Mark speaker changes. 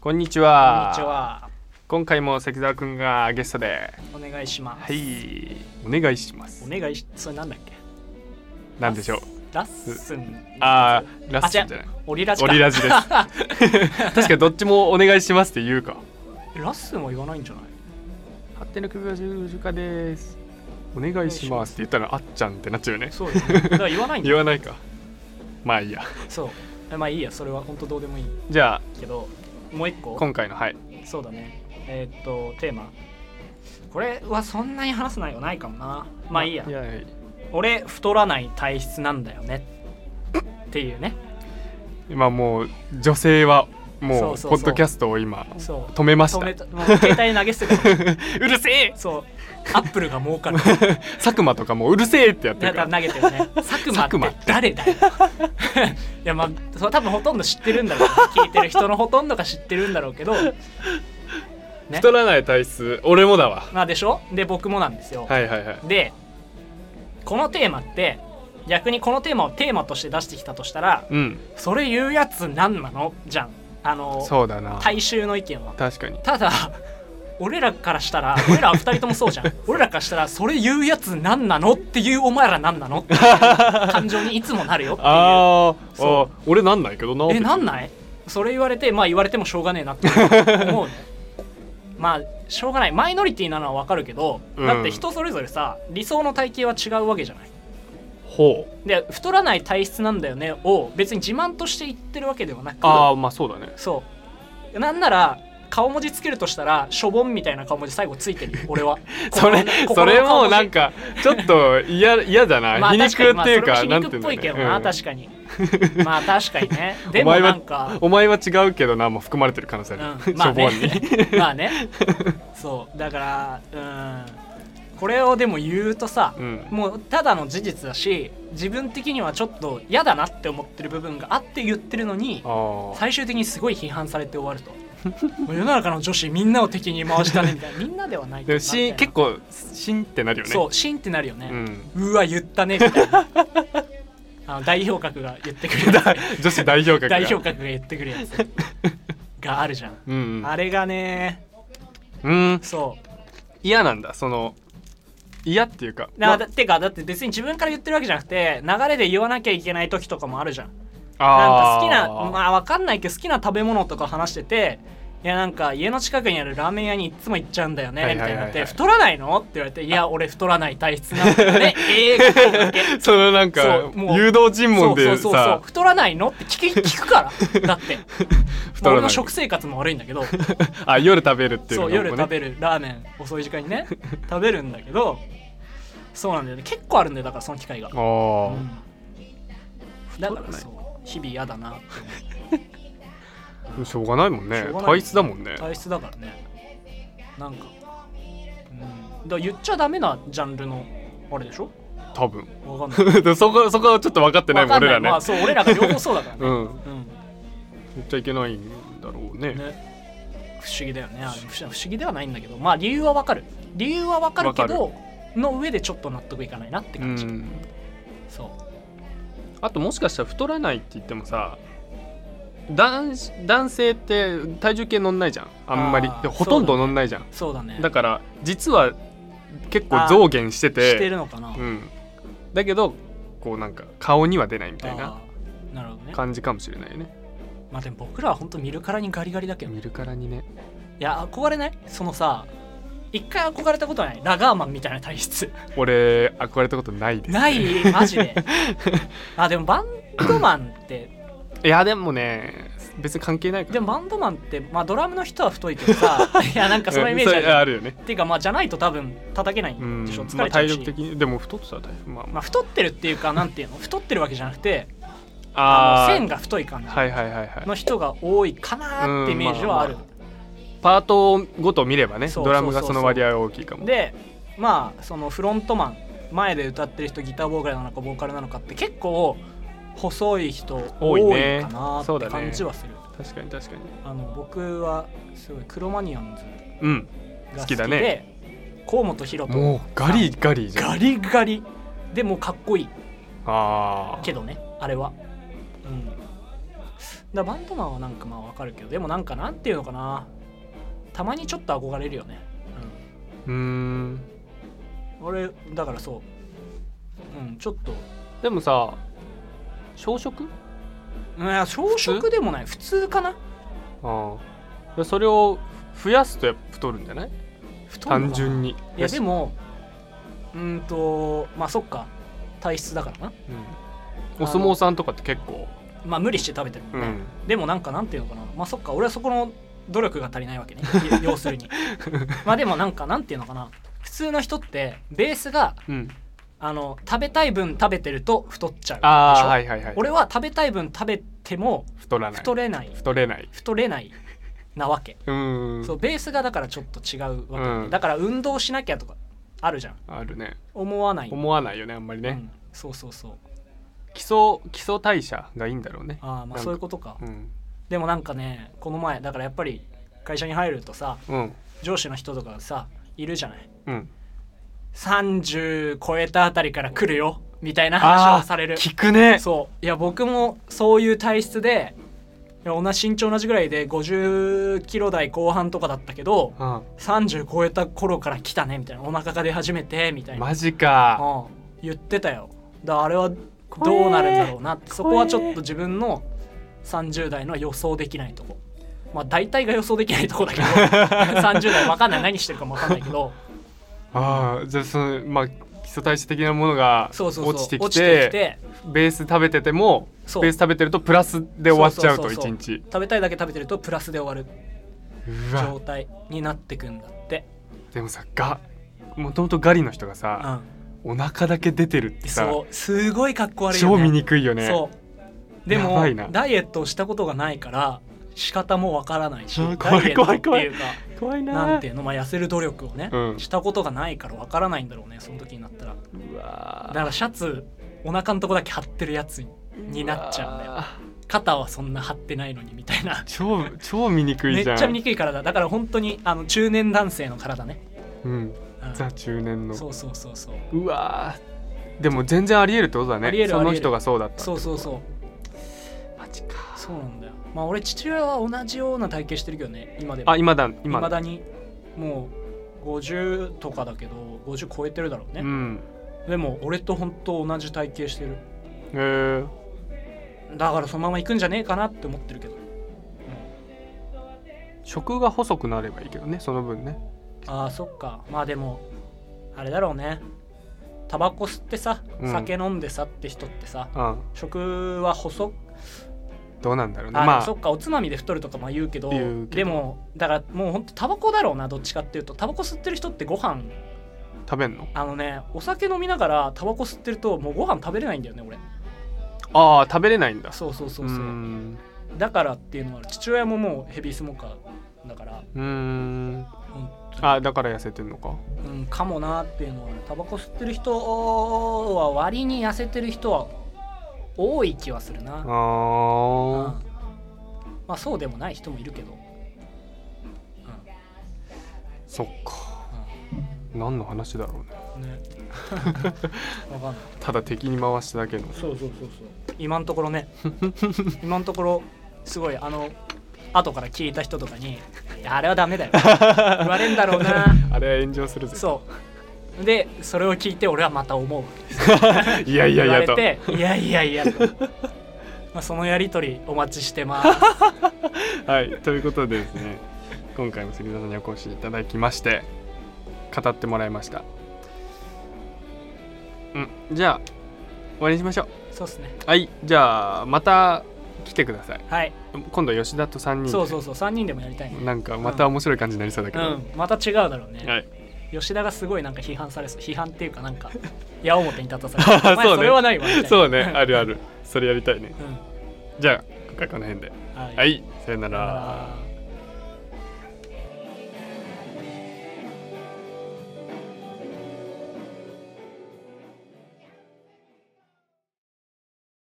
Speaker 1: こんにち
Speaker 2: こ
Speaker 1: は
Speaker 2: んにちは。
Speaker 1: 今回も関澤くんがゲストで
Speaker 2: お願いします。
Speaker 1: はいお願いします
Speaker 2: お願いし、それなんだっけ。
Speaker 1: なんでしょう
Speaker 2: ラッスン。
Speaker 1: あーラス
Speaker 2: あ
Speaker 1: ト
Speaker 2: 違う
Speaker 1: じゃない
Speaker 2: オ リラジ
Speaker 1: オ
Speaker 2: か。
Speaker 1: リラジです確かどっちもお願いしますって言う か
Speaker 2: ラッスンは言わないんじゃない。
Speaker 1: 勝手の首は十字架ですお願いしますって言ったらあっちゃんってなっちゃうよね
Speaker 2: そうですね。だから言わないんだ
Speaker 1: 言
Speaker 2: よ。
Speaker 1: わないかまあいいや
Speaker 2: そう。えまあいいや、それは本当どうでもいい
Speaker 1: じゃあ
Speaker 2: けど。もう一個。
Speaker 1: 今回のはい
Speaker 2: そうだね。えーっと、テーマ。これはそんなに話す内容ないかもな。まあいいや
Speaker 1: い。やい
Speaker 2: 俺太らない体質なんだよね。っていうね。
Speaker 1: 今もう女性は
Speaker 2: そ
Speaker 1: も
Speaker 2: う
Speaker 1: う
Speaker 2: そうそ
Speaker 1: ポ
Speaker 2: う
Speaker 1: ッドキャストを今
Speaker 2: そう。
Speaker 1: 止めまし
Speaker 2: 止
Speaker 1: た
Speaker 2: めた。もう携帯投げ捨て た。
Speaker 1: うるせえ
Speaker 2: そう。アップルが儲かる。
Speaker 1: 佐久間とかもううるせえってやって
Speaker 2: だ
Speaker 1: る
Speaker 2: か
Speaker 1: から
Speaker 2: ら投げてるね 佐久間
Speaker 1: 佐久間
Speaker 2: って誰だよ いやまあそう多分ほとんど知ってるんだ ろう聞いてる人のほとんどが知ってるんだろうけどね
Speaker 1: 太らない体質俺もだわ
Speaker 2: まあでしょで僕もなんですよ、
Speaker 1: はいはいはい
Speaker 2: でこのテーマって逆にこのテーマをテーマとして出してきたとしたら
Speaker 1: うん
Speaker 2: それ言うやつ何なのじゃんあの
Speaker 1: そうだな
Speaker 2: 大衆の意見は
Speaker 1: 確かに
Speaker 2: ただ俺らからしたら俺らは2人ともそうじ ゃん俺らからしたらそれ言うやつ何なのっていうお前ら何なのっていう感情にいつもなる よっていう
Speaker 1: あー
Speaker 2: そ
Speaker 1: あー俺なんないけどな
Speaker 2: えなん
Speaker 1: い
Speaker 2: ないそれ言われてまあ言われてもしょうがねえなって 思うねまあしょうがないマイノリティなのはわかるけど、
Speaker 1: うん
Speaker 2: だって人それぞれさ理想の体型は違うわけじゃない
Speaker 1: ほう
Speaker 2: で太らない体質なんだよねを別に自慢として言ってるわけではなく
Speaker 1: ああまあそうだね
Speaker 2: そうなんなら顔文字つけるとしたらしょぼんみたいな顔文字最後つい てるよ俺は
Speaker 1: それそれもなん
Speaker 2: か、
Speaker 1: かちょっと 嫌嫌だな、
Speaker 2: まあ、
Speaker 1: 皮肉っていうか、
Speaker 2: 確にま
Speaker 1: な
Speaker 2: あ
Speaker 1: んて
Speaker 2: それも皮肉
Speaker 1: いうんだろうね
Speaker 2: っぽいけどな、
Speaker 1: うん
Speaker 2: 確かにまあ確かにねで
Speaker 1: お
Speaker 2: も
Speaker 1: 前は
Speaker 2: なんか
Speaker 1: お前は違うけどなも含まれてる可能性 ある、
Speaker 2: うん、まあね
Speaker 1: しょぼん に
Speaker 2: まあねそうだからうんこれをでも言うとさ、
Speaker 1: うん
Speaker 2: もうただの事実だし自分的にはちょっと嫌だなって思ってる部分があって言ってるのに
Speaker 1: ああ
Speaker 2: 最終的にすごい批判されて終わるともう世の中の女子みんなを敵に回したねみたいなみんなではないけ
Speaker 1: で
Speaker 2: ど
Speaker 1: も
Speaker 2: なみたい
Speaker 1: し
Speaker 2: な
Speaker 1: 結構しんってなるよね
Speaker 2: そうシーンってなるよ
Speaker 1: う
Speaker 2: ね、
Speaker 1: ん、
Speaker 2: うわ言ったねみたいなあの代表格が言ってくるや
Speaker 1: 女子代表格
Speaker 2: つ
Speaker 1: が
Speaker 2: 代表格が言ってくるやつがあるじゃん
Speaker 1: うん
Speaker 2: あれがね
Speaker 1: うん、うん、
Speaker 2: そう
Speaker 1: 嫌なんだその嫌っていうか
Speaker 2: な
Speaker 1: ま
Speaker 2: だてかだって別に自分から言ってるわけじゃなくて流れで言わなきゃいけない時とかもあるじゃんなんか
Speaker 1: あ
Speaker 2: 好きな
Speaker 1: ー
Speaker 2: まあわかんないけど好きな食べ物とか話してていやなんか家の近くにあるラーメン屋にいつも行っちゃうんだよね
Speaker 1: はい
Speaker 2: み
Speaker 1: は
Speaker 2: た
Speaker 1: い
Speaker 2: い
Speaker 1: はいはい
Speaker 2: になって「太らないの?」って言われて「いや俺太らない体質なんだよ ねええーだけ」
Speaker 1: そのなん
Speaker 2: そ
Speaker 1: か
Speaker 2: うもう
Speaker 1: 誘導尋
Speaker 2: そ
Speaker 1: 問
Speaker 2: うそ
Speaker 1: で
Speaker 2: うそうそう
Speaker 1: さ
Speaker 2: 太らないのって聞き聞くからだって
Speaker 1: 太ら
Speaker 2: まあ俺
Speaker 1: な
Speaker 2: の
Speaker 1: い
Speaker 2: 食生活も悪いんだけど
Speaker 1: あ夜食べるっていうの
Speaker 2: そう
Speaker 1: が
Speaker 2: 夜
Speaker 1: も
Speaker 2: 食
Speaker 1: ね
Speaker 2: べるラーメン遅い時間にね食べるんだけどそうなんだよね結構あるんだよだからその機会が
Speaker 1: あー
Speaker 2: うんだからそう日々嫌だなって
Speaker 1: しょうがないもんね
Speaker 2: しょうがない
Speaker 1: 体質だもんね
Speaker 2: 体質だからねなんか、うん、だから言っちゃダメなジャンルのあれでしょ
Speaker 1: 多分
Speaker 2: わかんない
Speaker 1: でもそこそこはちょっと分かってない
Speaker 2: わ
Speaker 1: もん
Speaker 2: かん
Speaker 1: 俺
Speaker 2: ない
Speaker 1: らね、
Speaker 2: まあそう俺らが両方そう だからね
Speaker 1: うん
Speaker 2: うん
Speaker 1: 言っちゃいけないんだろうね
Speaker 2: ね不思議だよねあれ不思不思議ではないんだけどまあ理由はわかる理由はわかるけ
Speaker 1: わ
Speaker 2: どの上でちょっと納得いかないなって
Speaker 1: う
Speaker 2: 感じ、
Speaker 1: ん
Speaker 2: そう
Speaker 1: あともしかしたら太らないって言ってもさ男子男性って体重計乗んないじゃんあんまり
Speaker 2: あー
Speaker 1: でほとん
Speaker 2: そう
Speaker 1: ど
Speaker 2: だね
Speaker 1: 乗んないじゃん
Speaker 2: そうだね
Speaker 1: だから実は結構増減してて
Speaker 2: してるのかな、
Speaker 1: うん、だけどこうなんか顔には出ないみたいな
Speaker 2: あーなるほどね
Speaker 1: 感じかもしれないよね
Speaker 2: まあでも僕らは本当見るからにガリガリだけどね
Speaker 1: 見るからにね
Speaker 2: いや憧れないそのさ一回憧れたことないラガーマンみたいな体質
Speaker 1: 俺憧れたことないです
Speaker 2: ないマ ジであでもバンドマンって
Speaker 1: いやでもね別に関係ないから
Speaker 2: でもバンドマンってまあドラムの人は太いけ どさいやなんかそのイメージ
Speaker 1: うん
Speaker 2: ある
Speaker 1: それあるよね
Speaker 2: っていうかまあじゃないと多分叩けない
Speaker 1: うん
Speaker 2: でしょ、疲
Speaker 1: まあ、
Speaker 2: れちゃ
Speaker 1: 体
Speaker 2: うし、
Speaker 1: 力的にでも太ってたら大変まあ、
Speaker 2: ま
Speaker 1: ま
Speaker 2: あ、太ってるっていうかなんていうの太ってるわけじゃなくて
Speaker 1: あ
Speaker 2: あの
Speaker 1: ー
Speaker 2: 線が太い感じ
Speaker 1: はいはいはいはい
Speaker 2: の人が多いかなーってイメージはある、
Speaker 1: うんまパートごと見ればね
Speaker 2: そう
Speaker 1: ドラムが
Speaker 2: そう
Speaker 1: そ
Speaker 2: そうそう
Speaker 1: の割合は大きいかも
Speaker 2: でまあそのフロントマン前で歌ってる人ギターボーカルなのかボーカルなのかって結構細い人
Speaker 1: 多
Speaker 2: 多
Speaker 1: い
Speaker 2: い
Speaker 1: ね
Speaker 2: かな
Speaker 1: そ
Speaker 2: っ
Speaker 1: うだ
Speaker 2: て
Speaker 1: ね
Speaker 2: 感じはする、
Speaker 1: 確かに確かに
Speaker 2: あの僕はすごいクロマニアンズ
Speaker 1: うん好
Speaker 2: が好
Speaker 1: き
Speaker 2: きで
Speaker 1: だね
Speaker 2: 河本大翔
Speaker 1: もうガリガリじゃん
Speaker 2: ガリガリでもうかっこいい
Speaker 1: ああ
Speaker 2: けどねあれは、うん、だからバンドマンはなんかまあわかるけどでもなんかなんていうのかなたまにちょっと憧れるよね、
Speaker 1: うーん
Speaker 2: うん、俺だからそううんちょっと
Speaker 1: でもさ小食
Speaker 2: いや小食でもない普通かな
Speaker 1: ああそれを増やすとやっぱ太るんじゃない
Speaker 2: 太るのか
Speaker 1: 単
Speaker 2: な
Speaker 1: 純に
Speaker 2: いやで、もうーんとまあそっか体質だからな
Speaker 1: うん、お相撲さんとかって結構
Speaker 2: まあ無理して食べてるも
Speaker 1: うん
Speaker 2: ね、
Speaker 1: ん
Speaker 2: でもなんかなんていうのかなまあそっか俺はそこの努力が足りないわけ ね要要するにまあでもなんかなんていうのかな普通の人ってベースが
Speaker 1: うん
Speaker 2: あの食べたい分食べてると太っちゃうでしょ、
Speaker 1: ああはいはいはい
Speaker 2: 俺は食べたい分食べても
Speaker 1: 太らない
Speaker 2: 太れない
Speaker 1: 太れない
Speaker 2: 太れないなわけ、
Speaker 1: うーん
Speaker 2: そうベースがだからちょっと違うわけ、
Speaker 1: うん
Speaker 2: だから運動しなきゃとかあるじゃん
Speaker 1: あるね
Speaker 2: 思わない
Speaker 1: 思わないよねあんまりね、
Speaker 2: うんそうそうそう
Speaker 1: 基礎基礎代謝がいいんだろうね
Speaker 2: あ
Speaker 1: な
Speaker 2: あま
Speaker 1: ん
Speaker 2: あ
Speaker 1: か
Speaker 2: そういうことか
Speaker 1: うん
Speaker 2: でもなんかねこの前だからやっぱり会社に入るとさ
Speaker 1: うん
Speaker 2: 上司の人とかさいるじゃない
Speaker 1: うん
Speaker 2: 30超えたあたりから来るよみたいな話を
Speaker 1: ー
Speaker 2: される
Speaker 1: 聞くね
Speaker 2: そういや僕もそういう体質でいや同じ身長同じぐらいで50キロ台後半とかだったけど
Speaker 1: うん
Speaker 2: 30超えた頃から来たねみたいなお腹が出始めてみたいな、
Speaker 1: マジか
Speaker 2: うん、言ってたよだからあれはどうなるんだろうなってそこはちょっと自分の30代の予想できないとこまあ大体が予想できないとこだ けど30代わかんない何してるかもわかんないけど
Speaker 1: ああじゃあそのまあ基礎代謝的なものが
Speaker 2: そう
Speaker 1: 落
Speaker 2: そうそう
Speaker 1: ちてき
Speaker 2: 落ち
Speaker 1: て
Speaker 2: てきて
Speaker 1: ベース食べてても
Speaker 2: そう
Speaker 1: ベース食べてるとプラスで終わっちゃう
Speaker 2: そ
Speaker 1: と
Speaker 2: そ
Speaker 1: 一
Speaker 2: そそ
Speaker 1: 日
Speaker 2: 食べたいだけ食べてるとプラスで終わる
Speaker 1: うわ
Speaker 2: 状態になってくんだって
Speaker 1: でもさがもともとガリの人が
Speaker 2: う
Speaker 1: さ、
Speaker 2: ん
Speaker 1: お腹だけ出てるってさ、
Speaker 2: そうすごいかっこ悪いよね
Speaker 1: 超見にくいよね
Speaker 2: そうで
Speaker 1: や
Speaker 2: も
Speaker 1: ばいな
Speaker 2: ダイエットをしたことがないから仕方もわからないし
Speaker 1: うん
Speaker 2: ダイエット
Speaker 1: 怖い
Speaker 2: って
Speaker 1: 怖い
Speaker 2: いうか
Speaker 1: 怖いな
Speaker 2: なんていうのまあ痩せる努力をね、
Speaker 1: うん
Speaker 2: したことがないからわからないんだろうねその時になったらだ
Speaker 1: うわ
Speaker 2: からシャツお腹のとこだけ張ってるやつになっちゃうんだよ
Speaker 1: よ
Speaker 2: 肩はそんな張ってないのにみたいな
Speaker 1: 超超見にく
Speaker 2: め
Speaker 1: い
Speaker 2: っ
Speaker 1: じゃん
Speaker 2: ちゃ見にくい体だから本当にあの中年男性の体ね、
Speaker 1: うん
Speaker 2: うん
Speaker 1: ザ中年の
Speaker 2: そうそうそうそう
Speaker 1: うわーでも全然ありえるってことだ
Speaker 2: ありえ
Speaker 1: ね
Speaker 2: る
Speaker 1: そ
Speaker 2: ありえ
Speaker 1: の
Speaker 2: る
Speaker 1: 人がそうだった
Speaker 2: そうそうそう
Speaker 1: マジか
Speaker 2: そうなんだよまあ俺父親は同じような体型してるけどね今でも
Speaker 1: あ今だ
Speaker 2: い
Speaker 1: 今
Speaker 2: まだにもう50とかだけど50超えてるだろう
Speaker 1: う
Speaker 2: ね、
Speaker 1: ん
Speaker 2: でも俺と本当同じ体型してる
Speaker 1: へえ
Speaker 2: だからそのまま行くんじゃねえかなって思ってるけど
Speaker 1: 食が細くなればいいけどねその分ね
Speaker 2: あーそっかまあでもあれだろうねタバコ吸ってさ
Speaker 1: うん
Speaker 2: 酒飲んでさって人ってさ、
Speaker 1: うん
Speaker 2: 食は細く
Speaker 1: どうなんだろうね
Speaker 2: あ、
Speaker 1: まあ
Speaker 2: そっかおつまみで太るとかまあ言うけど
Speaker 1: 言うけど
Speaker 2: でもだからもうほんとタバコだろうなどっちかっていうとタバコ吸ってる人ってご飯
Speaker 1: 食べんの
Speaker 2: あのねお酒飲みながらタバコ吸ってるともうご飯食べれないんだよね俺
Speaker 1: ああ食べれないんだ
Speaker 2: そうそうそうう
Speaker 1: ー
Speaker 2: そうんだからっていうのは父親ももうヘビースモーカーだから
Speaker 1: うーん
Speaker 2: うん
Speaker 1: あだから痩せてんのか
Speaker 2: うん、かもなっていうのはタバコ吸ってる人は割に痩せてる人は多い気はするな、
Speaker 1: あ
Speaker 2: うん
Speaker 1: ー
Speaker 2: まあそうでもない人もいるけど、
Speaker 1: そっか何の話だろうね
Speaker 2: うんね わかんない
Speaker 1: ただ敵に回しただけの
Speaker 2: そうそうそうそう今のところね今のところすごいあの後から聞いた人とかに「いやあれはダメ だよ」言われんだろうな
Speaker 1: あれは炎上するぜ
Speaker 2: そうでそれを聞いて俺はまた思う
Speaker 1: いやいやいや
Speaker 2: 言
Speaker 1: と
Speaker 2: われて「いやいやいや」とまあそのやり取りお待ちして ます
Speaker 1: はいということでですね今回も杉田さんにお越しいただきまして語ってもらいましたうんじゃあ終わりにしましょ
Speaker 2: そうっすね
Speaker 1: うはいじゃあまた来てください
Speaker 2: はい
Speaker 1: 今度は吉田と3人で
Speaker 2: そうそうそう3人でもやりたいね
Speaker 1: なんかまた面白い感じになりそうだけ
Speaker 2: う
Speaker 1: ど、
Speaker 2: んまた違うだろうね、
Speaker 1: はい
Speaker 2: 吉田がすごいなんか批判されそう批判っていうかなん か矢面に立たされてお前
Speaker 1: そうね
Speaker 2: それはないわみたいな
Speaker 1: そうねあるあるそれやりたいね
Speaker 2: うん
Speaker 1: じゃあ今回この辺で
Speaker 2: はい
Speaker 1: はいさよな
Speaker 2: さよな
Speaker 1: ら
Speaker 2: ら